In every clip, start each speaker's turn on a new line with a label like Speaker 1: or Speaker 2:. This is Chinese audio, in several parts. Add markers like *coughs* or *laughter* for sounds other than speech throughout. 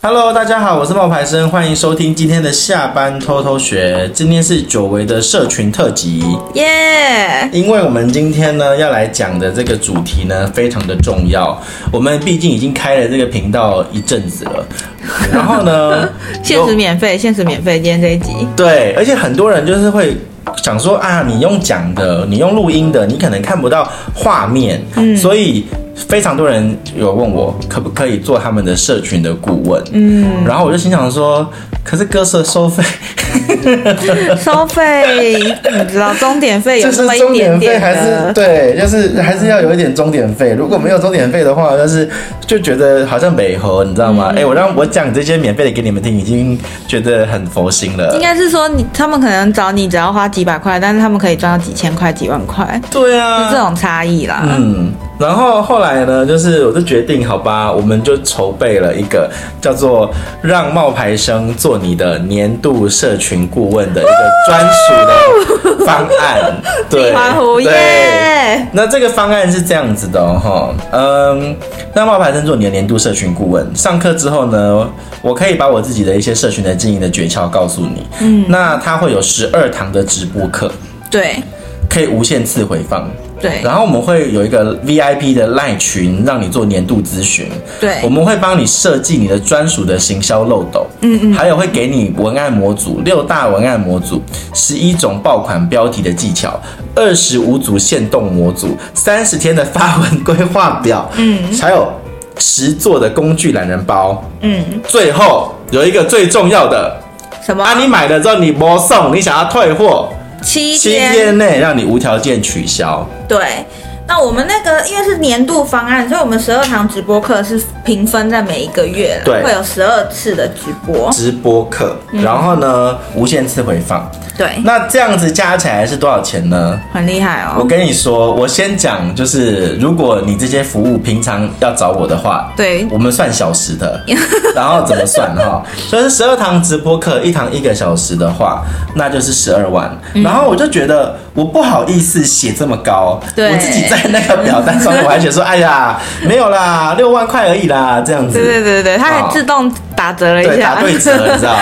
Speaker 1: Hello，大家好，我是冒牌生，欢迎收听今天的下班偷偷学。今天是久违的社群特辑，
Speaker 2: 耶！
Speaker 1: 因为我们今天呢要来讲的这个主题呢非常的重要。我们毕竟已经开了这个频道一阵子了，然后呢，
Speaker 2: 限时免费，限时免费，今天这一集。
Speaker 1: 对，而且很多人就是会想说啊，你用讲的，你用录音的，你可能看不到画面，所以非常多人有问我可不可以做他们的社群的顾问，嗯，然后我就心想说，可是歌社收费，*laughs*
Speaker 2: 收费，你知道终点费
Speaker 1: 就
Speaker 2: 有那
Speaker 1: 是
Speaker 2: 么一
Speaker 1: 终
Speaker 2: 点
Speaker 1: 点费
Speaker 2: 点
Speaker 1: 还是
Speaker 2: 的，
Speaker 1: 对，就是还是要有一点终点费，如果没有终点费的话，就是就觉得好像美和，你知道
Speaker 2: 嗯
Speaker 1: 吗？哎、我让我讲这些免费的给你们听，已经觉得很佛心了，
Speaker 2: 应该是说你他们可能找你只要花几百块，但是他们可以赚到几千块、几万块，
Speaker 1: 对啊，
Speaker 2: 是这种差异啦。
Speaker 1: 嗯，然后后来呢，就是我就决定，好吧，我们就筹备了一个叫做“让冒牌生做你的年度社群顾问”的一个专属的方
Speaker 2: *laughs*
Speaker 1: 案。对，
Speaker 2: 欢呼
Speaker 1: 对。
Speaker 2: 耶！
Speaker 1: 那这个方案是这样子的哈、哦，嗯，让冒牌生做你的年度社群顾问。上课之后呢，我可以把我自己的一些社群的经营的诀窍告诉你。嗯，那它会有十二堂的直播课，
Speaker 2: 对
Speaker 1: 可以无限次回放。
Speaker 2: 对
Speaker 1: 然后我们会有一个 VIP 的赖群，让你做年度咨询。我
Speaker 2: 对，
Speaker 1: 们会帮你设计你的专属的行销漏斗，嗯嗯，还有会给你文案模组，六大文案模组，十一种爆款标题的技巧，二十五组限动模组，三十天的发文规划表，嗯，还有十座的工具懒人包，
Speaker 2: 嗯，
Speaker 1: 最后有一个最重要的，
Speaker 2: 什么
Speaker 1: 啊，你买了之后你不送，你想要退货，
Speaker 2: 七
Speaker 1: 七天内让你无条件取消。
Speaker 2: 对，那我们那个因为是年度方案，所以我们十二堂直播课是平分在每一个月啦，
Speaker 1: 对
Speaker 2: 会有十二次的直播。
Speaker 1: 直播课，然后呢无限次回放。
Speaker 2: 对，
Speaker 1: 那这样子加起来是多少钱呢？
Speaker 2: 很厉害
Speaker 1: 我
Speaker 2: 哦。
Speaker 1: 跟你说，我先讲，就是如果你这些服务平常要找我的话，
Speaker 2: 对
Speaker 1: 我们算小时
Speaker 2: *laughs*
Speaker 1: 的，然后怎么算哈？就是十二堂直播课，一堂一个小时的话，那就是十二万。
Speaker 2: 嗯
Speaker 1: 然后我就觉得我不好意思写这么高，
Speaker 2: 对
Speaker 1: 我自己在那个表单上面我还写说，哎呀，没有啦，六万块而已啦，这样子。
Speaker 2: 对对对对，它
Speaker 1: 好
Speaker 2: 还自动打折了一下，
Speaker 1: 对，打对折，你知道？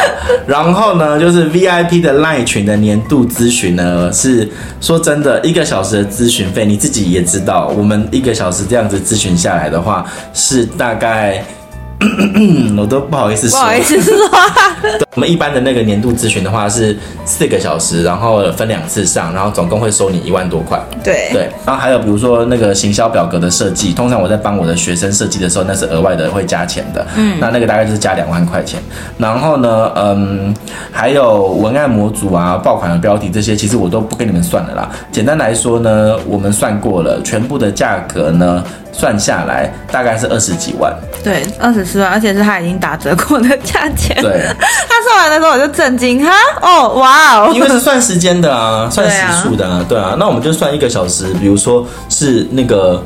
Speaker 1: 然后呢，就是 VIP 的 LINE 群的年度咨询呢，是说真的，一个小时的咨询费，你自己也知道，我们一个小时这样子咨询下来的话，是大概。 *coughs* 我都不好意思
Speaker 2: 不
Speaker 1: 说，
Speaker 2: 好意思说，
Speaker 1: 我们一般的那个年度咨询的话是四个小时，然后分两次上，然后总共会收你一万多块。
Speaker 2: 对
Speaker 1: 对，然后还有比如说那个行销表格的设计，通常我在帮我的学生设计的时候，那是额外的会加钱的，嗯，那那个大概就是加两万块钱。然后呢，嗯，还有文案模组啊、爆款的标题这些，其实我都不跟你们算了啦。简单来说呢，我们算过了，全部的价格呢算下来大概是二十几万，
Speaker 2: 对，二十四万，而且是他已经打折过的价钱。
Speaker 1: 对，
Speaker 2: 他说完的时候我就震惊，哈，哦，哇哦，
Speaker 1: *laughs* 因为是算时间的啊，算时数的啊，对啊，那我们就算一个小时，比如说是那个。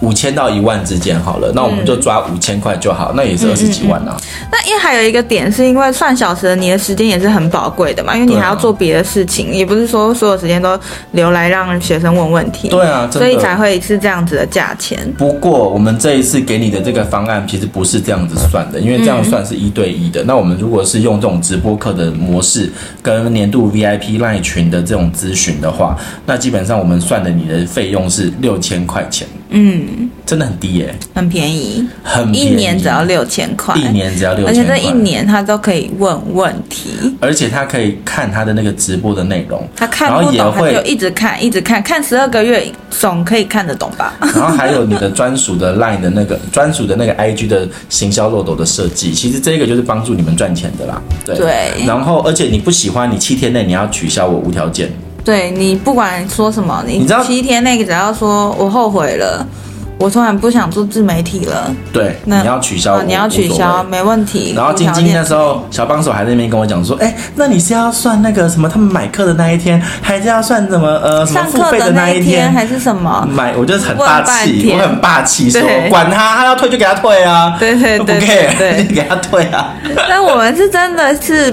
Speaker 1: 五千到一万之间好了，那我们就抓五千块就好，那也是二十几万
Speaker 2: 嗯
Speaker 1: 啊。
Speaker 2: 那因为还有一个点，是因为算小时的你的时间也是很宝贵的嘛，因为你
Speaker 1: 对啊
Speaker 2: 还要做别的事情，也不是说所有时间都留来让学生问问题。
Speaker 1: 对啊真的
Speaker 2: 所以才会是这样子的价钱。
Speaker 1: 不过我们这一次给你的这个方案其实不是这样子算的，因为这样算是一对一
Speaker 2: 嗯
Speaker 1: 的。那我们如果是用这种直播课的模式跟年度 VIP 赖群的这种咨询的话，那基本上我们算的你的费用是六千块钱，
Speaker 2: 嗯，
Speaker 1: 真的很低耶、
Speaker 2: 很便宜，
Speaker 1: 很
Speaker 2: 一
Speaker 1: 便宜
Speaker 2: 年只要六千块，
Speaker 1: 一年只要六
Speaker 2: 而
Speaker 1: 千
Speaker 2: 且
Speaker 1: 块，
Speaker 2: 这一年他都可以问问题。
Speaker 1: 而且他可以看他的那个直播的内容，
Speaker 2: 他看
Speaker 1: 然
Speaker 2: 不
Speaker 1: 后也
Speaker 2: 懂，他
Speaker 1: 会
Speaker 2: 就一直看，一直看，看十二个月，总可以看得懂吧？
Speaker 1: 然后还有你的专属的 LINE 的那个专属的那个 IG 的行销漏斗的设计，其实这个就是帮助你们赚钱的啦。对。
Speaker 2: 对
Speaker 1: 然后，而且你不喜欢，你七天内你要取消我无条件。
Speaker 2: *laughs* 对你不管说什么，你
Speaker 1: 你知道
Speaker 2: 七天内只要说我后悔了，我突然不想做自媒体了，
Speaker 1: 对，你
Speaker 2: 那
Speaker 1: 要取消我、
Speaker 2: 啊你要取消
Speaker 1: 无所谓。
Speaker 2: 没问题。
Speaker 1: 然后晶晶那时候小帮手还在那边跟我讲说，哎，那你是要算那个什么他们买课的那一天，还是要算什么呃什么
Speaker 2: 上
Speaker 1: 付
Speaker 2: 课
Speaker 1: 费
Speaker 2: 那
Speaker 1: 那
Speaker 2: 一
Speaker 1: 天？
Speaker 2: 还是什 *laughs* 么？
Speaker 1: 买，我就是很霸
Speaker 2: 啊问半
Speaker 1: 气，
Speaker 2: 天
Speaker 1: 我很霸气，说
Speaker 2: 对
Speaker 1: 管他，他要退就给他退啊，
Speaker 2: 对对对
Speaker 1: 不
Speaker 2: 对
Speaker 1: care，*laughs*
Speaker 2: 对
Speaker 1: 你给他退啊。
Speaker 2: 但我们是真的是，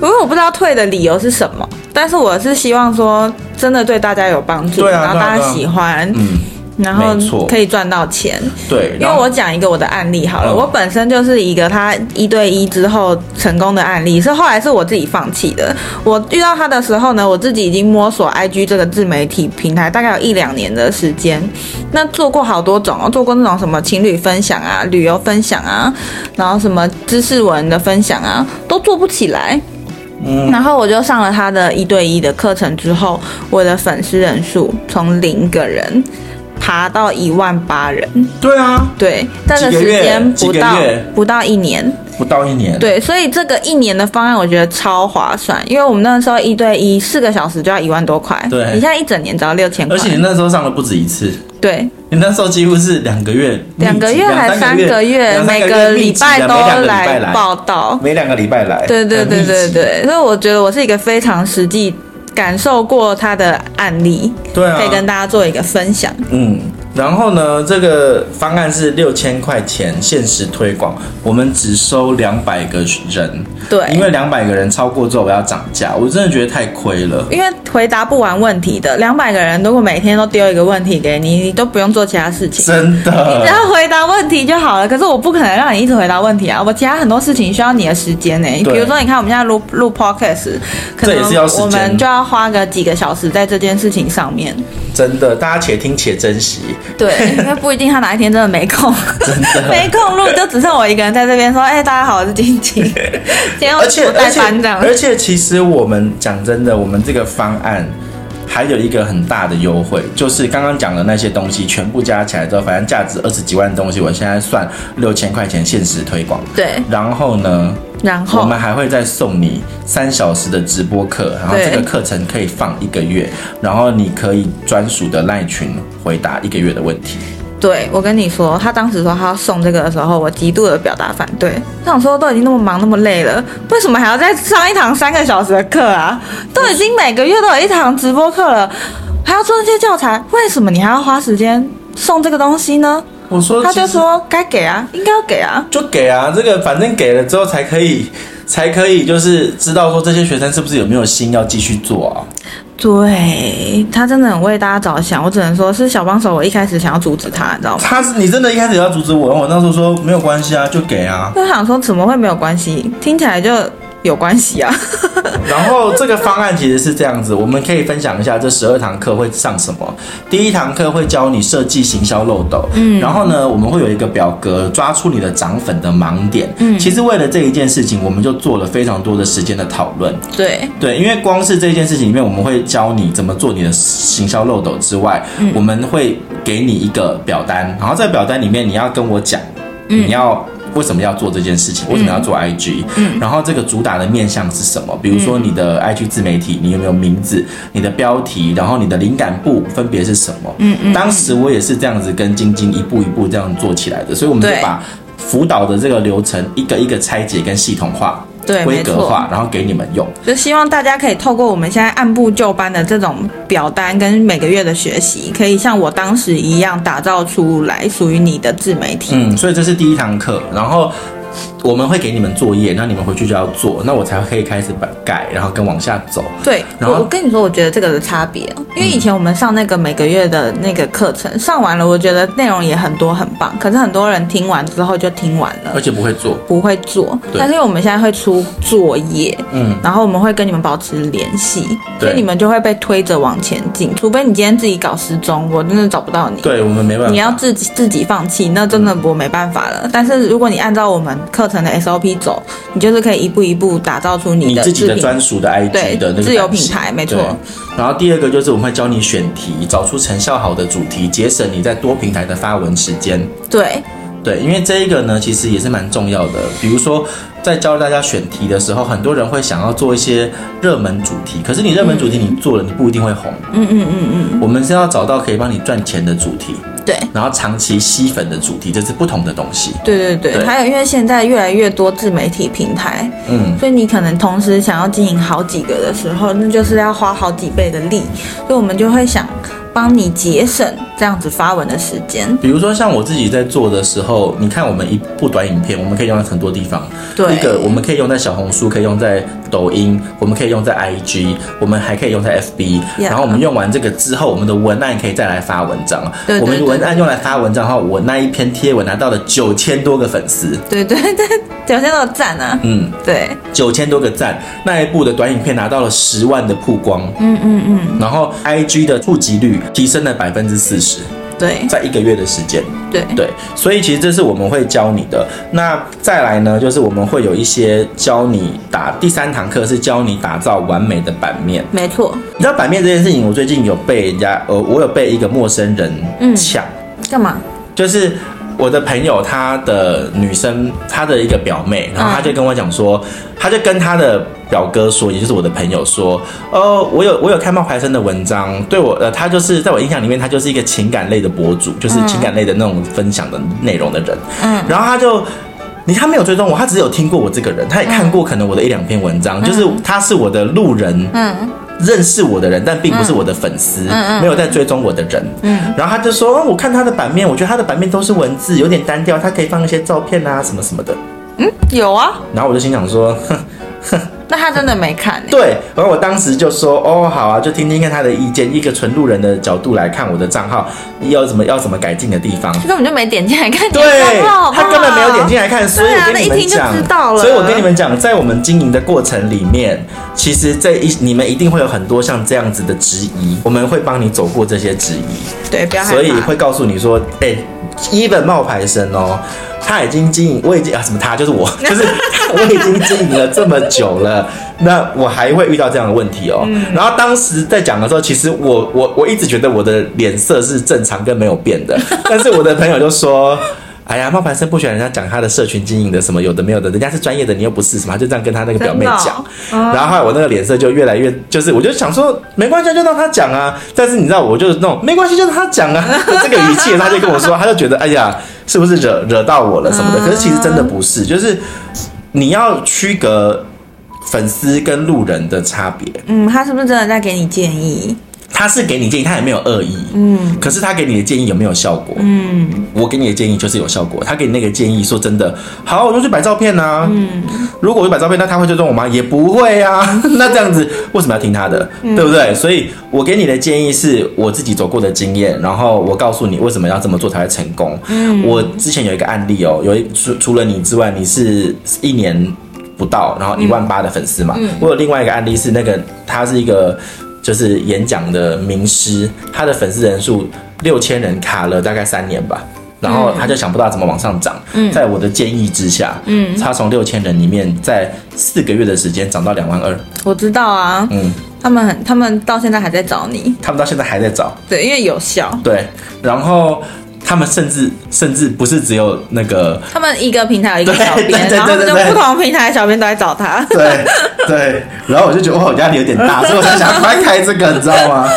Speaker 2: 因为我不知道退的理由是什么，但是我是希望说真的对大家有帮助，
Speaker 1: 对啊
Speaker 2: 然后
Speaker 1: 对啊
Speaker 2: 大
Speaker 1: 对
Speaker 2: 家
Speaker 1: 啊
Speaker 2: 喜欢。
Speaker 1: 嗯，
Speaker 2: 然后
Speaker 1: 没错
Speaker 2: 可以赚到钱。
Speaker 1: 对，
Speaker 2: 因
Speaker 1: 然
Speaker 2: 为
Speaker 1: 后
Speaker 2: 我讲一个我的案例好了，
Speaker 1: 嗯
Speaker 2: 我本身就是一个他一对一之后成功的案例，是后来是我自己放弃的。我遇到他的时候呢，我自己已经摸索 IG 这个自媒体平台大概有一两年的时间，那做过好多种哦，做过那种什么情侣分享啊、旅游分享啊，然后什么知识文的分享啊，都做不起来。
Speaker 1: 嗯
Speaker 2: 然后我就上了他的一对一的课程之后，我的粉丝人数从零个人爬到一万八人。
Speaker 1: 对啊，
Speaker 2: 对，但是
Speaker 1: 几个
Speaker 2: 时
Speaker 1: 月
Speaker 2: 间
Speaker 1: 几
Speaker 2: 不
Speaker 1: 个
Speaker 2: 到
Speaker 1: 月
Speaker 2: 不到一年，
Speaker 1: 不到一年，
Speaker 2: 对，所以这个一年的方案我觉得超划算，因为我们那时候一对一四个小时就要一万多块，
Speaker 1: 对
Speaker 2: 你现在一整年只要六千块
Speaker 1: 而，且你那时候上了不止一次，
Speaker 2: 对，
Speaker 1: 你那时候几乎是两个月密集，
Speaker 2: 两个月还
Speaker 1: 三
Speaker 2: 三个月，
Speaker 1: 两三
Speaker 2: 每
Speaker 1: 个
Speaker 2: 个
Speaker 1: 密
Speaker 2: 礼
Speaker 1: 集的啊
Speaker 2: 拜
Speaker 1: 每
Speaker 2: 都
Speaker 1: 两个礼拜
Speaker 2: 来
Speaker 1: 来
Speaker 2: 报道，
Speaker 1: 每两个礼拜来，
Speaker 2: 对对
Speaker 1: 很
Speaker 2: 对
Speaker 1: 密
Speaker 2: 对
Speaker 1: 集，
Speaker 2: 对，所以我觉得我是一个非常实际感受过他的案例，
Speaker 1: 对啊，
Speaker 2: 可以跟大家做一个分享，
Speaker 1: 嗯，然后呢，这个方案是六千块钱限时推广，我们只收两百个人，因
Speaker 2: 对。
Speaker 1: 为两百个人超过之后我要涨价，我真的觉得太亏
Speaker 2: *laughs*
Speaker 1: 了。
Speaker 2: 因为回答不完问题的，两百个人如果每天都丢一个问题给你，你都不用做其他事情。
Speaker 1: 真的
Speaker 2: 只，要回答问题就好了。可是我不可能让你一直回答问题啊！我其他很多事情需要你的时间呢、
Speaker 1: 对
Speaker 2: 比如说，你看我们现在录录 podcast，可
Speaker 1: 这也
Speaker 2: 能
Speaker 1: 是要时间
Speaker 2: 我们就要花个几个小时在这件事情上面。
Speaker 1: 真的，大家且听且珍惜。
Speaker 2: 对，因为不一定他哪一天真的没空， *laughs* 没空录，就只剩我一个人在这边说：“哎、大家好，我是晶晶，今天我
Speaker 1: 而且
Speaker 2: 我
Speaker 1: 而
Speaker 2: 代
Speaker 1: 且
Speaker 2: 班这样。
Speaker 1: 而且，其实我们讲真的，我们这个方案还有一个很大的优惠，就是刚刚讲的那些东西全部加起来之后，反正价值二十几万的东西，我现在算六千块钱限时推广。
Speaker 2: 对，
Speaker 1: 然后呢，
Speaker 2: 然
Speaker 1: 我
Speaker 2: 后
Speaker 1: 们还会再送你三小时的直播课，然后
Speaker 2: 对
Speaker 1: 这个课程可以放一个月，然后你可以专属的赖群回答一个月的问题。
Speaker 2: 对我跟你说，他当时说他要送这个的时候，我极度的表达反对。我想说，都已经那么忙那么累了，为什么还要再上一堂三个小时的课啊？都已经每个月都有一堂直播课了，还要做那些教材，为什么你还要花时间送这个东西呢？
Speaker 1: 我说，
Speaker 2: 他就
Speaker 1: 其实
Speaker 2: 说该给啊，应该要给啊。
Speaker 1: 就给啊，这个反正给了之后才可以，才可以就是知道说这些学生是不是有没有心要继续做啊。
Speaker 2: 对他真的很为大家着想，我只能说是小帮手。我一开始想要阻止他，你知道吗？
Speaker 1: 他是你真的一开始也要阻止我，我那时候说没有关系啊，就给啊。
Speaker 2: 我想说怎么会没有关系？听起来就有关系啊。
Speaker 1: *laughs* 然后这个方案其实是这样子，我们可以分享一下这十二堂课会上什么。第一堂课会教你设计行销漏斗，嗯，然后呢，我们会有一个表格抓出你的涨粉的盲点，嗯，其实为了这一件事情，我们就做了非常多的时间的讨论，
Speaker 2: 对，
Speaker 1: 对，因为光是这件事情里面，我们会教你怎么做你的行销漏斗之外，
Speaker 2: 嗯
Speaker 1: 我们会给你一个表单，然后在表单里面你要跟我讲，
Speaker 2: 嗯
Speaker 1: 你要。为什么要做这件事情？为什么要做 IG？、然
Speaker 2: 嗯
Speaker 1: 后这个主打的面向是什么？比如说你的 IG 自媒体，你有没有名字？你的标题，然后你的灵感部分别是什么？嗯嗯。当时我也是这样子跟晶晶一步一步这样做起来的，所以我们就
Speaker 2: 对
Speaker 1: 把辅导的这个流程一个一个拆解跟系统化、
Speaker 2: 对
Speaker 1: 规
Speaker 2: 没
Speaker 1: 格
Speaker 2: 错
Speaker 1: 化，然后给你们用。
Speaker 2: 就希望大家可以透过我们现在按部就班的这种表单跟每个月的学习，可以像我当时一样打造出来属于你的自媒体。
Speaker 1: 嗯，所以这是第一堂课，然后我们会给你们作业，那你们回去就要做，那我才可以开始把改，然后跟往下走。
Speaker 2: 对，我
Speaker 1: 然后
Speaker 2: 我跟你说，我觉得这个的差别，因为以前我们上那个每个月的那个课程，上完了，我觉得内容也很多很棒，可是很多人听完之后就听完了
Speaker 1: 而。且不会做，
Speaker 2: 不会做，
Speaker 1: 嗯对
Speaker 2: 但是因为我们现在会出作业，
Speaker 1: 嗯，
Speaker 2: 然后我们会跟你们保持联系，
Speaker 1: 对
Speaker 2: 所以你们就会被推着往前进，除非你今天自己搞失踪，我真的找不到你。
Speaker 1: 对我啊们没办法。
Speaker 2: 你要自己自己放弃，那真的我没办法了。但是如果你按照我们课程的 SOP 走，你就是可以一步一步打造出
Speaker 1: 你
Speaker 2: 的
Speaker 1: 自己的
Speaker 2: 品
Speaker 1: 专属的 IG
Speaker 2: 对
Speaker 1: 的那个
Speaker 2: 自由
Speaker 1: 版
Speaker 2: 品
Speaker 1: 型
Speaker 2: 牌没
Speaker 1: 对
Speaker 2: 错
Speaker 1: 然后第二个就是我们会教你选题，找出成效好的主题，节省你在多平台的发文时间。
Speaker 2: 对
Speaker 1: 对，因为这一个呢，其实也是蛮重要的。比如说，在教大家选题的时候，很多人会想要做一些热门主题，可是你热门主题你做了，你不一定会红。嗯嗯嗯嗯嗯。我们是要找到可以帮你赚钱的主题，
Speaker 2: 对
Speaker 1: 然后长期吸粉的主题，这是不同的东西。
Speaker 2: 对对对。
Speaker 1: 对
Speaker 2: 还有，因为现在越来越多自媒体平台，
Speaker 1: 嗯，
Speaker 2: 所以你可能同时想要经营好几个的时候，那就是要花好几倍的力，所以我们就会想帮你节省这样子发文的时间。
Speaker 1: 比如说像我自己在做的时候，你看我们一部短影片，我们可以用在很多地方。
Speaker 2: 对
Speaker 1: 一个我们可以用在小红书，可以用在抖音，我们可以用在 IG，我们还可以用在 FB。
Speaker 2: Yeah
Speaker 1: 然后我们用完这个之后，我们的文案可以再来发文章。
Speaker 2: 对对
Speaker 1: 我们
Speaker 2: 对
Speaker 1: 文案用来发文章的话，我那一篇贴文拿到了九千多个粉丝，
Speaker 2: 对对对， *laughs* 表现都有赞啊。
Speaker 1: 嗯，
Speaker 2: 对，
Speaker 1: 九千多个赞，那一部的短影片拿到了十万的曝光，
Speaker 2: 嗯嗯嗯，
Speaker 1: 然后 IG 的触及率提升了百分之四十，
Speaker 2: 对
Speaker 1: 在一个月的时间。
Speaker 2: 对
Speaker 1: 对，所以其实这是我们会教你的。那再来呢，就是我们会有一些教你打第三堂课是教你打造完美的版面。
Speaker 2: 没错。
Speaker 1: 你知道版面这件事情，我最近有被人家，呃，我有被一个陌生人
Speaker 2: 嗯
Speaker 1: 抢，
Speaker 2: 干嘛？
Speaker 1: 就是。我的朋友，她的女生，她的一个表妹，然后她就跟我讲说，她就跟她的表哥说，也就是我的朋友说，哦，我有我有看冒牌生的文章，对我，呃，她就是在我印象里面，她就是一个情感类的博主，就是情感类的那种分享的内容的人，
Speaker 2: 嗯，
Speaker 1: 然后他就。你他没有追踪我，他只有听过我这个人，他也看过可能我的一两篇文章，就是他是我的路人，
Speaker 2: 嗯，
Speaker 1: 认识我的人，但并不是我的粉丝，没有在追踪我的人。
Speaker 2: 嗯，
Speaker 1: 然后他就说、哦，我看他的版面，我觉得他的版面都是文字，有点单调，他可以放一些照片啊什么什么的。
Speaker 2: 有啊。
Speaker 1: 然后我就心想说， *laughs* 哼
Speaker 2: 那他真的没看、欸。
Speaker 1: 对，然后我当时就说，哦，好啊，就听听看他的意见，一个纯路人的角度来看我的账号，要怎么要怎么改进的地方。
Speaker 2: 他根本就没点进来看你的账
Speaker 1: 对
Speaker 2: 号，好不好
Speaker 1: 他根本没有点进来看，所以
Speaker 2: 对啊
Speaker 1: 我跟你
Speaker 2: 那
Speaker 1: 们
Speaker 2: 一听就
Speaker 1: 讲，
Speaker 2: 知道了
Speaker 1: 所以我跟你们讲，在我们经营的过程里面，其实这一你们一定会有很多像这样子的质疑，我们会帮你走过这些质疑，
Speaker 2: 对，不要害怕。
Speaker 1: 所以会告诉你说，哎、e v e n 冒牌生哦，他已经经营，我已经啊什么他就是
Speaker 2: *laughs*
Speaker 1: 我，就是他我已经经营了这么久了，那我还会遇到这样的问题哦。
Speaker 2: 嗯
Speaker 1: 然后当时在讲的时候，其实我我我一直觉得我的脸色是正常跟没有变
Speaker 2: *laughs*
Speaker 1: 的，但是我的朋友就说。哎呀，冒牌生不喜欢人家讲他的社群经营的什么有的没有的，人家是专业的，你又不是什么，他就这样跟他那个表妹
Speaker 2: 真的
Speaker 1: 讲
Speaker 2: 哦。
Speaker 1: 然后后来我那个脸色就越来越，就是我就想说没关系，就让他讲啊。但是你知道，我就是那种没关系，就让他讲啊，这个语气，他就跟我说，他就觉得哎呀，是不是惹惹到我了什么的？可是其实真的不是，就是你要区隔粉丝跟路人的差别。
Speaker 2: 嗯，他是不是真的在给你建议？
Speaker 1: 他是给你建议，他也没有恶意，
Speaker 2: 嗯，
Speaker 1: 可是他给你的建议有没有效果？
Speaker 2: 嗯，
Speaker 1: 我给你的建议就是有效果，他给你那个建议，说真的，好，我就去摆照片啊。嗯，如果我去摆照片，那他会追踪我吗？也不会啊。那这样子为什么要听他的？对不对？所以我给你的建议是我自己走过的经验，然后我告诉你为什么要这么做才会成功。嗯，我之前有一个案例哦，有一除除了你之外，你是一年不到，然后一万八的粉丝嘛。我有另外一个案例是那个，他是一个就是演讲的名师，他的粉丝人数六千人卡了大概三年吧。然后他就想不到怎么往上涨，在我的建议之下，嗯，他从六千人里面，在四个月的时间涨到两万二，
Speaker 2: 我知道啊，
Speaker 1: 嗯，
Speaker 2: 他们很，他们到现在还在找你，
Speaker 1: 他们到现在还在找，
Speaker 2: 对，因为有效。
Speaker 1: 对，然后他们甚至甚至不是只有那个
Speaker 2: 他们一个平台有一个
Speaker 1: 对
Speaker 2: 小
Speaker 1: 对
Speaker 2: 编，
Speaker 1: 对
Speaker 2: 然后他
Speaker 1: 对
Speaker 2: 们就
Speaker 1: 对
Speaker 2: 不同平台的小编都在找他。
Speaker 1: *laughs* 对对，然后我就觉得哇，我压力有点大，所以我才想赶快开这个，你知道吗？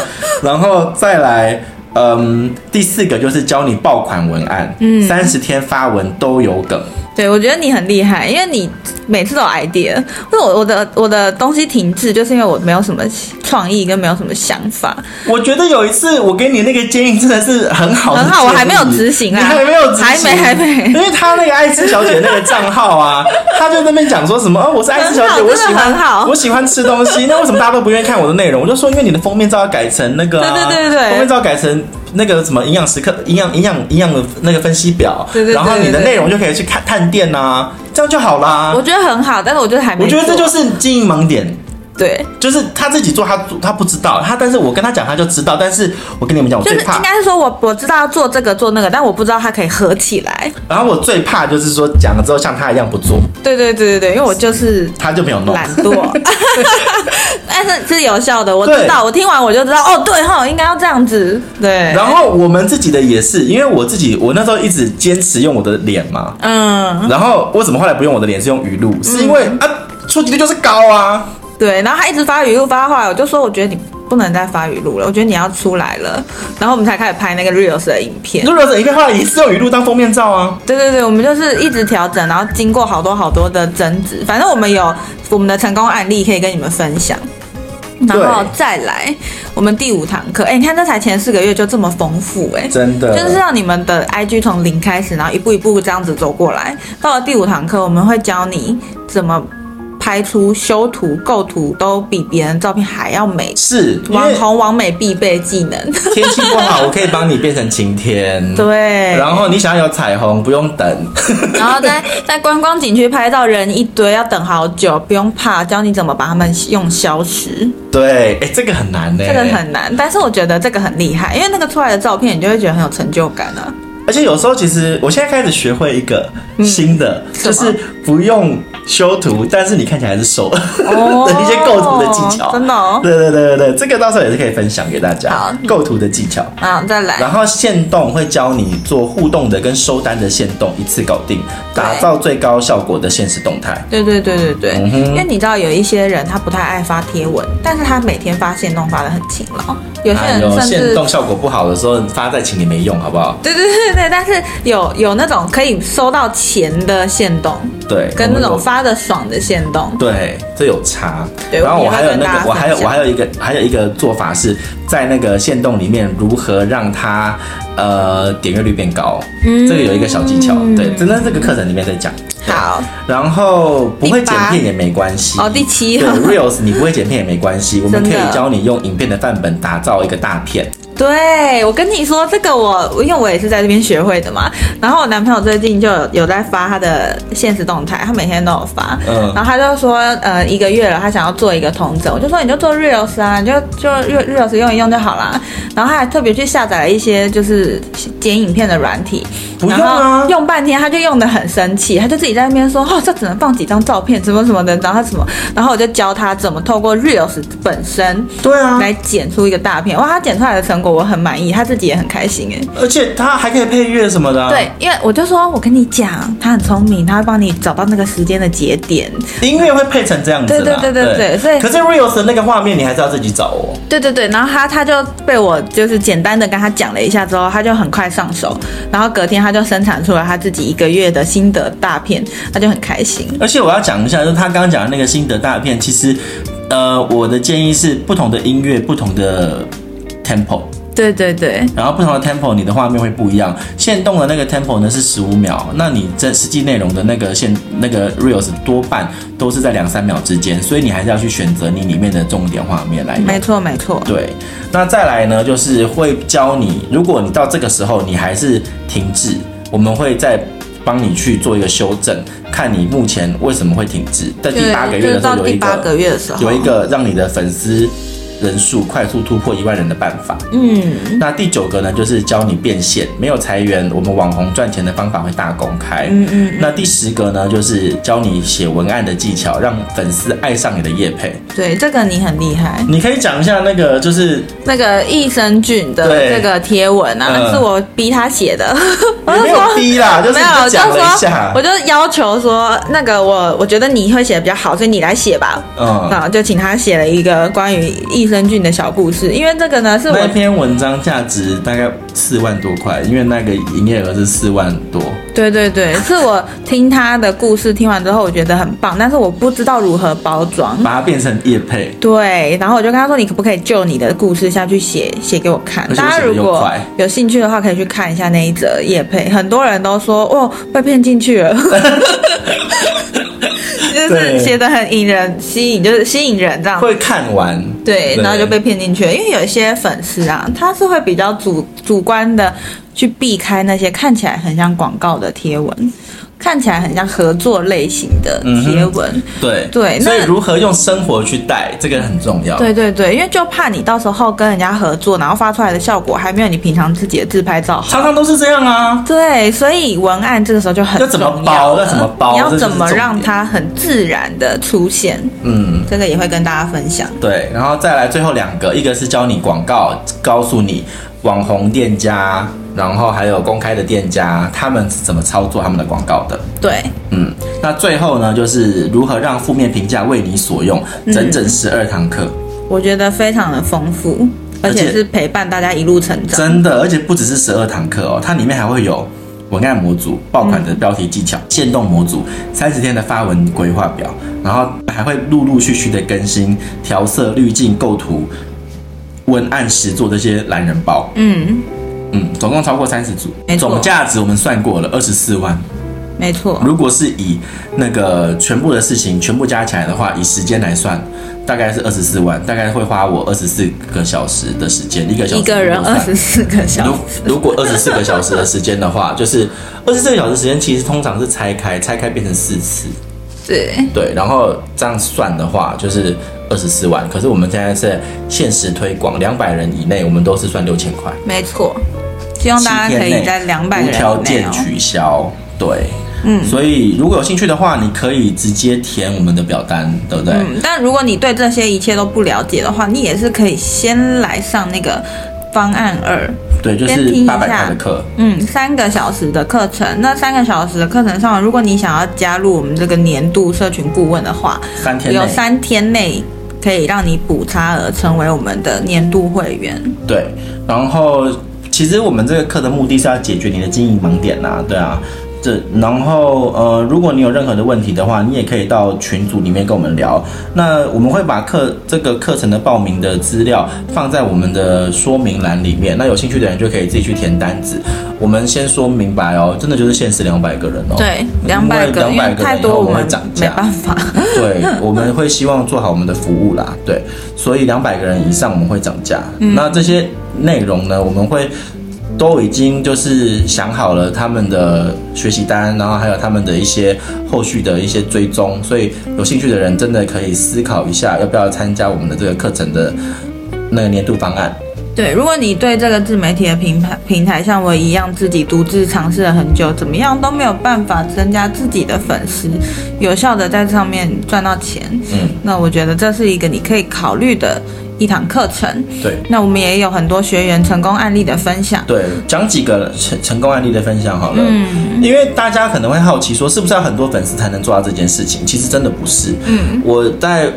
Speaker 1: 然后再来，嗯，第四个就是教你爆款文案，嗯，三十天发文都有梗，
Speaker 2: 对，我觉得你很厉害，因为你每次都有 idea。因为我我的我的东西停滞，就是因为我没有什么创意跟没有什么想法。
Speaker 1: 我觉得有一次我给你那个建议真的是很好的建议，
Speaker 2: 很好我还没有执行啊
Speaker 1: 你还没有执行，
Speaker 2: 还没还没
Speaker 1: 因为他那个爱吃小姐那个账号
Speaker 2: *laughs*
Speaker 1: 啊，他就在那边讲说什么哦，我是爱吃小姐，
Speaker 2: 很好
Speaker 1: 我喜
Speaker 2: 真的
Speaker 1: 欢
Speaker 2: 很好
Speaker 1: 我喜欢吃东西，那为什么大家都不愿意看我的内容？我就说因为你的封面照要改成那个、啊，
Speaker 2: 对对对对
Speaker 1: 封面照改成。那个什么营养时刻、营养营养营养的那个分析表，
Speaker 2: 对对对
Speaker 1: 然后你的
Speaker 2: 对对
Speaker 1: 内容就可以去看探店呐、这样就好啦
Speaker 2: 我。觉得很好，但是我就是还没
Speaker 1: 啊我
Speaker 2: 做。
Speaker 1: 觉得这就是经营盲点。
Speaker 2: 对，
Speaker 1: 就是他自己做，他做他不知道，他但是我跟他讲，他就知道。但是我跟你们讲，我
Speaker 2: 就
Speaker 1: 最
Speaker 2: 是
Speaker 1: 怕
Speaker 2: 应，该是说我我知道要做这个做那个，但我不知道它可以合起来。
Speaker 1: 然后我最怕就是说讲了之后像他一样不做，
Speaker 2: 对对对对对，因为我就是
Speaker 1: 他就没有弄。
Speaker 2: 懒
Speaker 1: *laughs*
Speaker 2: 惰，但是是有效的，我
Speaker 1: 对
Speaker 2: 知道，我听完我就知道，哦，对哈，应该要这样子，对，
Speaker 1: 然后我们自己的也是，因为我自己我那时候一直坚持用我的脸嘛，
Speaker 2: 嗯，
Speaker 1: 然后为什么后来不用我的脸是用语录？是因为啊触及率就是高啊，
Speaker 2: 对，然后他一直发语录发话，我就说我觉得你不能再发语录了，我觉得你要出来了，然后我们才开始拍那个 reels 的影片。
Speaker 1: 如果是一片话也是用语录当封面照啊。
Speaker 2: 对对对，我们就是一直调整，然后经过好多好多的争执，反正我们有我们的成功案例可以跟你们分享。然后
Speaker 1: 对
Speaker 2: 再来我们第五堂课。哎，你看这才前四个月就这么丰富哎、
Speaker 1: 真的，
Speaker 2: 就是让你们的 IG 从零开始，然后一步一步这样子走过来。到了第五堂课，我们会教你怎么拍出修图、构图都比别人照片还要美，
Speaker 1: 是因
Speaker 2: 网
Speaker 1: 为
Speaker 2: 红完美必备
Speaker 1: *laughs*
Speaker 2: 技能。
Speaker 1: 天气不好，我可以帮你变成晴天。。
Speaker 2: 对，
Speaker 1: 然后你想要有彩虹，不用等， *laughs*
Speaker 2: 然后在在观光景区拍照人一堆，要等好久，不用怕，教你怎么把它们用消失，
Speaker 1: 对，哎，这个很难呢、
Speaker 2: 这个，很难，但是我觉得这个很厉害，因为那个出来的照片，你就会觉得很有成就感啊。
Speaker 1: 而且有时候其实我现在开始学会一个新的，
Speaker 2: 嗯什
Speaker 1: 就
Speaker 2: 么
Speaker 1: 是不用修图，但是你看起来还是瘦了。
Speaker 2: 哦
Speaker 1: 一些构 *laughs* 图的技巧
Speaker 2: 真的哦。
Speaker 1: 对对对对对，这个到时候也是可以分享给大
Speaker 2: 好
Speaker 1: 家构图的技巧。
Speaker 2: 啊，再来
Speaker 1: 然，后线动会教你做互动的跟收单的线动，一次搞定，打造最高效果的现实动态。
Speaker 2: 对对对对对，
Speaker 1: 嗯哼
Speaker 2: 因为你知道有一些人他不太爱发贴文，但是他每天发现动发的很勤劳，有些
Speaker 1: 哎
Speaker 2: 人
Speaker 1: 呦，
Speaker 2: 甚
Speaker 1: 线
Speaker 2: 至、
Speaker 1: 动效果不好的时候发在群里没用，好不好？
Speaker 2: 对对对对，但是有有那种可以收到钱的线动，
Speaker 1: 对，
Speaker 2: 跟
Speaker 1: 我
Speaker 2: 那
Speaker 1: 们
Speaker 2: 种
Speaker 1: 有
Speaker 2: 发的爽的线动，
Speaker 1: 对，这有差。
Speaker 2: 对
Speaker 1: 然后
Speaker 2: 我
Speaker 1: 我
Speaker 2: 们
Speaker 1: 还
Speaker 2: 也会
Speaker 1: 有
Speaker 2: 跟
Speaker 1: 那
Speaker 2: 大家
Speaker 1: 个，我还有
Speaker 2: 分
Speaker 1: 我
Speaker 2: 享
Speaker 1: 还有一个还有一个做法是在那个线动里面如何让它呃点阅率变高，
Speaker 2: 嗯
Speaker 1: 这个有一个小技巧，对，真的这个课程里面在讲。
Speaker 2: 好
Speaker 1: 然后不会
Speaker 2: 第
Speaker 1: 剪
Speaker 2: 八
Speaker 1: 片也没关系
Speaker 2: 哦，第七
Speaker 1: 对 Reels 你不会剪片也没关
Speaker 2: *laughs*
Speaker 1: 系，我们可
Speaker 2: 真的
Speaker 1: 以教你用影片的范本打造一个大片。
Speaker 2: 对，我跟你说这个我，因为我也是在这边学会的嘛。然后我男朋友最近就有有在发他的现实动态，他每天都有发。
Speaker 1: 嗯
Speaker 2: 然后他就说，呃，一个月了，他想要做一个同整，我就说你就做 reels 啊，你就就 re- reels 用一用就好啦。然后他还特别去下载了一些就是剪影片的软体，
Speaker 1: 不
Speaker 2: 然
Speaker 1: 用啊
Speaker 2: 后用半天他就用的很生气，他就自己在那边说，哦，这只能放几张照片，什么什么的，然后他什么，然后我就教他怎么透过 reels 本身
Speaker 1: 对啊
Speaker 2: 来剪出一个大片。哇，他剪出来的成果我很满意，他自己也很开心哎。
Speaker 1: 而且它还可以配乐什么的、啊。
Speaker 2: 对，，因为我就说，我跟你讲，他很聪明，他会帮你找到那个时间的节点。
Speaker 1: 音乐会配成这样子啦。
Speaker 2: 对对对对对所以
Speaker 1: 可是 Reels 的那个画面你还是要自己找哦。
Speaker 2: 对对对，然后他他就被我就是简单的跟他讲了一下之后，他就很快上手，然后隔天他就生产出了他自己一个月的心得大片，他就很开心。
Speaker 1: 而且我要讲一下，就是他刚刚讲的那个心得大片，其实，呃，我的建议是不同的音乐，不同的 tempo，
Speaker 2: 对对对，
Speaker 1: 然后不同的 tempo，你的画面会不一样。限动的那个 tempo 呢是十五秒，那你这实际内容的那个限那个 reels 多半都是在两三秒之间，所以你还是要去选择你里面的重点画面来用。
Speaker 2: 没错没错，
Speaker 1: 对，那再来呢，就是会教你，如果你到这个时候你还是停滞，我们会再帮你去做一个修正，看你目前为什么会停滞。在第八个
Speaker 2: 对，就
Speaker 1: 月的
Speaker 2: 是
Speaker 1: 时
Speaker 2: 到
Speaker 1: 候有
Speaker 2: 第
Speaker 1: 一
Speaker 2: 八个
Speaker 1: 个
Speaker 2: 月的时候，
Speaker 1: 有一个让你的粉丝人数快速突破一万人的办法。
Speaker 2: 嗯，
Speaker 1: 那第九个呢，就是教你变现，没有裁员，我们网红赚钱的方法会大公开。嗯嗯那第十个呢，就是教你写文案的技巧，让粉丝爱上你的业配。
Speaker 2: 对，这个你很厉害。
Speaker 1: 你可以讲一下那个，就是
Speaker 2: 那个益生菌的
Speaker 1: 对
Speaker 2: 这个贴文啊，
Speaker 1: 嗯
Speaker 2: 是我逼他写的。我
Speaker 1: 也
Speaker 2: 就
Speaker 1: 没有
Speaker 2: 说
Speaker 1: 低啦，就是
Speaker 2: 啊没有， *laughs* 我
Speaker 1: 你
Speaker 2: 就
Speaker 1: 讲了一
Speaker 2: 说
Speaker 1: 下，，
Speaker 2: 我就要求说，那个我我觉得你会写的比较好，所以你来写吧。
Speaker 1: 嗯，
Speaker 2: 然后就请他写了一个关于益生菌的小故事，因为这个呢是我
Speaker 1: 那篇文章价值大概四万多块，因为那个营业额是四万多。
Speaker 2: 对对
Speaker 1: *laughs*
Speaker 2: 对，是我听他的故事听完之后，我觉得很棒，但是我不知道如何包
Speaker 1: *laughs*
Speaker 2: 装。
Speaker 1: 把它变成叶配，
Speaker 2: 对，然后我就跟他说，你可不可以就你的故事下去写写给我看
Speaker 1: 而？且我
Speaker 2: 大家
Speaker 1: 写得
Speaker 2: 如
Speaker 1: 又
Speaker 2: 果
Speaker 1: 快
Speaker 2: 有兴趣的话，可以去看一下那一则夜配，很多人都说哦被骗进去
Speaker 1: *laughs*
Speaker 2: 了， *laughs* 就是
Speaker 1: 对
Speaker 2: 写的很引人吸引，就是吸引人这样。
Speaker 1: 会看完，
Speaker 2: 啊对，然后就被骗进去了，因为有一些粉丝啊，他是会比较主主观的去避开那些看起来很像广告的贴文，看起来很像合作类型的
Speaker 1: 嗯哼
Speaker 2: 贴文。
Speaker 1: 对
Speaker 2: 对那
Speaker 1: 所以如何用生活去带，这个很重要。
Speaker 2: 对对对，因为就怕你到时候跟人家合作，然后发出来的效果还没有你平常自己的自拍照好。
Speaker 1: 常常都是这样啊。
Speaker 2: 对，所以文案这个时候就很
Speaker 1: 要怎么
Speaker 2: 重
Speaker 1: 包
Speaker 2: 了
Speaker 1: 要怎么包
Speaker 2: 你要
Speaker 1: 这就是
Speaker 2: 怎么
Speaker 1: 重
Speaker 2: 让
Speaker 1: 点
Speaker 2: 它很自然的出现，
Speaker 1: 嗯，
Speaker 2: 这个也会跟大家分享。
Speaker 1: 对，然后再来最后两个，一个是教你广告，告诉你网红店家，然后还有公开的店家，他们是怎么操作他们的广告的。
Speaker 2: 对，
Speaker 1: 嗯，那最后呢，就是如何让负面评价为你所用，
Speaker 2: 嗯
Speaker 1: 整整十二堂课，
Speaker 2: 我觉得非常的丰富，而
Speaker 1: 而且
Speaker 2: 且是陪伴大家一路成长。
Speaker 1: 真的，而且不只是十二堂课哦，它里面还会有文案模组、爆款的标题技
Speaker 2: 嗯
Speaker 1: 巧、限动模组、三十天的发文规划表，然后还会陆陆续续的更新调色、滤镜、构图、文案实作这些懒人包。
Speaker 2: 嗯，
Speaker 1: 嗯，总共超过三十组
Speaker 2: 没，错
Speaker 1: 总价值我们算过了二十四万。
Speaker 2: 没错，
Speaker 1: 如果是以那个全部的事情全部加起来的话，以时间来算，大概是二十四万，大概会花我二十四个小时的时间，一个小时
Speaker 2: 一个人
Speaker 1: 如果
Speaker 2: 二
Speaker 1: 算
Speaker 2: 十四个小
Speaker 1: 如
Speaker 2: 时，
Speaker 1: 如果二十四个小时的时间的话，就是二十四个小时时间，其实通常是拆开，拆开变成四次，
Speaker 2: 对，
Speaker 1: 对，然后这样算的话就是二十四万。可是我们现在是限时推广，两百人以内，我们都是算六千块，
Speaker 2: 没错。希望大
Speaker 1: 七
Speaker 2: 家可
Speaker 1: 天
Speaker 2: 以
Speaker 1: 内
Speaker 2: 在两百
Speaker 1: 无
Speaker 2: 人
Speaker 1: 条
Speaker 2: 以内
Speaker 1: 件
Speaker 2: 哦。
Speaker 1: 取消，对。嗯，所以如果有兴趣的话，你可以直接填我们的表单，对不对？
Speaker 2: 嗯，但如果你对这些一切都不了解的话，你也是可以先来上那个方案二，
Speaker 1: 对，就
Speaker 2: 先听
Speaker 1: 是
Speaker 2: 一
Speaker 1: 八百
Speaker 2: 下
Speaker 1: 块的课，
Speaker 2: 嗯，三个小时的课程。那三个小时的课程上，如果你想要加入我们这个年度社群顾问的话，
Speaker 1: 三天内
Speaker 2: 有三天内可以让你补差额成为我们的年度会员。
Speaker 1: 对，然后其实我们这个课的目的是要解决你的经营盲点呐、对啊。这然后呃，如果你有任何的问题的话，你也可以到群组里面跟我们聊。那我们会把课这个课程的报名的资料放在我们的说明栏里面，那有兴趣的人就可以自己去填单子。我们先说明白哦，真的就是限时两百个人哦。
Speaker 2: 对，两百个，
Speaker 1: 因
Speaker 2: 因
Speaker 1: 为
Speaker 2: 为
Speaker 1: 200个
Speaker 2: 太
Speaker 1: 人以
Speaker 2: 多
Speaker 1: 后
Speaker 2: 我
Speaker 1: 我们
Speaker 2: 们
Speaker 1: 会涨
Speaker 2: 没
Speaker 1: 价。
Speaker 2: 办法。
Speaker 1: *laughs* 对，我们会希望做好我们的服务啦。对，所以两百个人以上我们会涨价。那这些内容呢，我们会都已经就是想好了他们的学习单，然后还有他们的一些后续的一些追踪，所以有兴趣的人真的可以思考一下，要不要参加我们的这个课程的那个年度方案。
Speaker 2: 对，如果你对这个自媒体的平台平台像我一样，自己独自尝试了很久，怎么样都没有办法增加自己的粉丝，有效的在上面赚到钱，
Speaker 1: 嗯，
Speaker 2: 那我觉得这是一个你可以考虑的一堂课程。
Speaker 1: 对。
Speaker 2: 那我们也有很多学员成功案例的分享，
Speaker 1: 对，讲几个成成功案例的分享好了。嗯，因为大家可能会好奇说，是不是要很多粉丝才能做到这件事情？其实真的不是。嗯，我在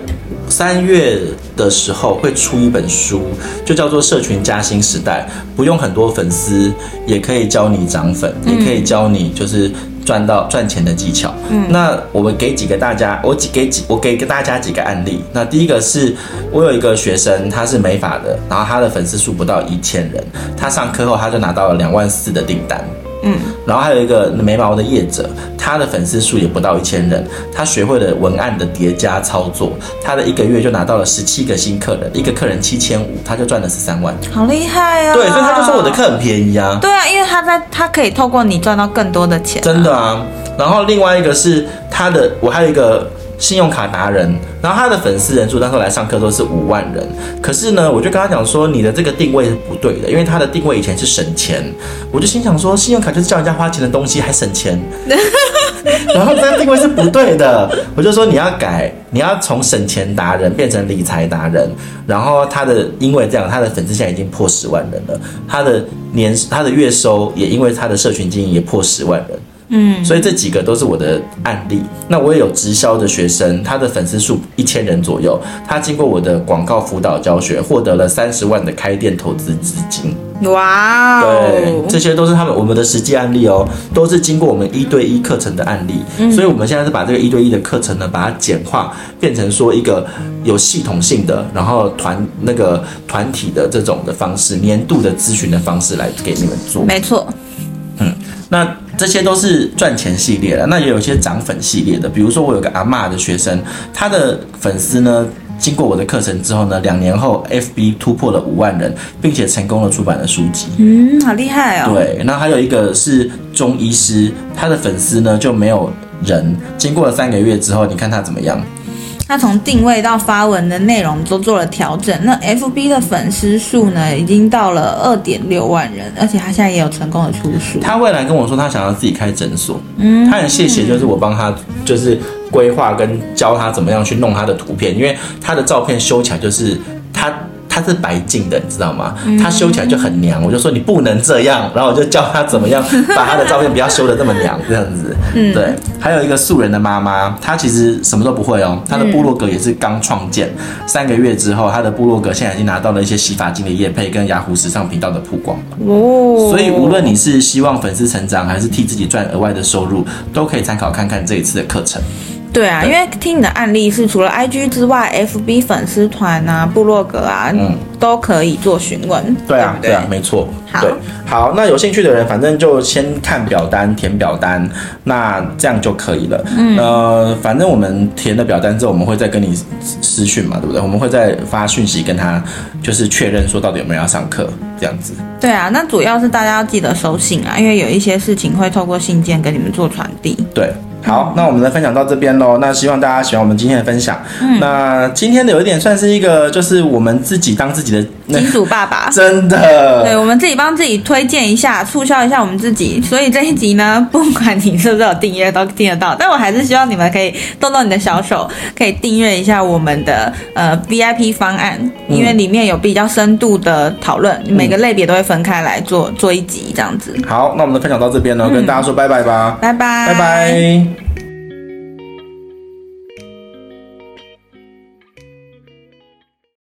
Speaker 1: 三月的时候会出一本书，就叫做《社群加薪时代》，不用很多粉丝也可以教你涨粉，也可以教你就是。赚到赚钱的技巧，嗯，那我们给几个大家，我几给几我给大家几个案例。那第一个是我有一个学生，他是美发的，然后他的粉丝数不到一千人，他上课后他就拿到了两万四的订单，
Speaker 2: 嗯，
Speaker 1: 然后还有一个眉毛的业者，他的粉丝数也不到一千人，他学会了文案的叠加操作，他的一个月就拿到了十七个新客人，一个客人七千五，他就赚了十三万。
Speaker 2: 好厉害啊！
Speaker 1: 对，所以他就说我的。课很便宜啊，
Speaker 2: 对啊，因为他在他可以透过你赚到更多的钱、
Speaker 1: 真的啊。然后另外一个是他的，我还有一个信用卡达人，然后他的粉丝人数那时候来上课都是五万人，可是呢，我就跟他讲说你的这个定位是不对的，因为他的定位以前是省钱，我就心想说信用卡就是叫人家花钱的东西，还省钱。然后这个定位是不对的，我就说你要改，你要从省钱达人变成理财达人。然后他的因为这样，他的粉丝现在已经破十万人了，他的年他的月收也因为他的社群经营也破十万人。嗯，所以这几个都是我的案例。那我也有直销的学生，他的粉丝数一千人左右，他经过我的广告辅导教学，获得了三十万的开店投资资金。
Speaker 2: 哇哦
Speaker 1: 对，！这些都是他们我们的实际案例哦，都是经过我们一对一课程的案例，所以我们现在是把这个一对一的课程呢，把它简化，变成说一个有系统性的，然后团那个团体的这种的方式，年度的咨询的方式来给你们做。
Speaker 2: 没错，
Speaker 1: 那这些都是赚钱系列的，那也有一些涨粉系列的。比如说，我有个阿嬷的学生，他的粉丝呢，经过我的课程之后呢，两年后 FB 突破了五万人，并且成功的出版了书籍。
Speaker 2: 嗯，好厉害哦！
Speaker 1: 对，那还有一个是中医师，他的粉丝呢就没有人。经过了三个月之后，你看他怎么样？
Speaker 2: 他从定位到发文的内容都做了调整。那 FB 的粉丝数呢，已经到了二点六万人，而且他现在也有成功的出书。
Speaker 1: 他未来跟我说，他想要自己开诊所。嗯，他很谢谢，就是我帮他，就是规划跟教他怎么样去弄他的图片，因为他的照片修起来就是他。它是白净的，你知道吗？它修起来就很娘，我就说你不能这样，然后我就教他怎么 *laughs* 样把他的照片不要修的这么娘，这样子。嗯，对。还有一个素人的妈妈，她其实什么都不会哦，她的部落格也是刚创建，三个月之后，她的部落格现在已经拿到了一些洗发精的业配跟雅虎时尚频道的曝光。
Speaker 2: 哦，
Speaker 1: 所以无论你是希望粉丝成长，还是替自己赚额外的收入，都可以参考看看这一次的课程。
Speaker 2: 对啊，
Speaker 1: 对
Speaker 2: 因为听你的案例是除了 IG 之外，FB 粉丝团啊、部落格啊，都可以做询问。
Speaker 1: 嗯对啊，
Speaker 2: 不
Speaker 1: 对啊，没错。
Speaker 2: 好
Speaker 1: 对，好，那有兴趣的人，反正就先看表单，填表单，那这样就可以了。嗯，呃，反正我们填了表单之后，我们会再跟你私私讯嘛，对不对？我们会再发讯息跟他，就是确认说到底有没有要上课，这样子。
Speaker 2: 对啊，那主要是大家要记得收信啊，因为有一些事情会透过信件给你们做传递。
Speaker 1: 对，好，那我们的分享到这边喽。那希望大家喜欢我们今天的分享。那今天的有一点算是一个，就是我们自己当自己的那，
Speaker 2: 金主爸爸
Speaker 1: 真的，
Speaker 2: 对我们自己帮自己推荐一下，促销一下我们自己。所以这一集呢， *laughs* 不管你是不是有订阅，都听得到。但我还是希望你们可以动动你的小手，可以订阅一下我们的呃 VIP 方案，因为里面有比较深度的讨论，每个类别都会分开来做做一集这样子。
Speaker 1: 好，那我们的分享到这边呢，跟大家说拜拜吧，
Speaker 2: 拜拜，
Speaker 1: 拜拜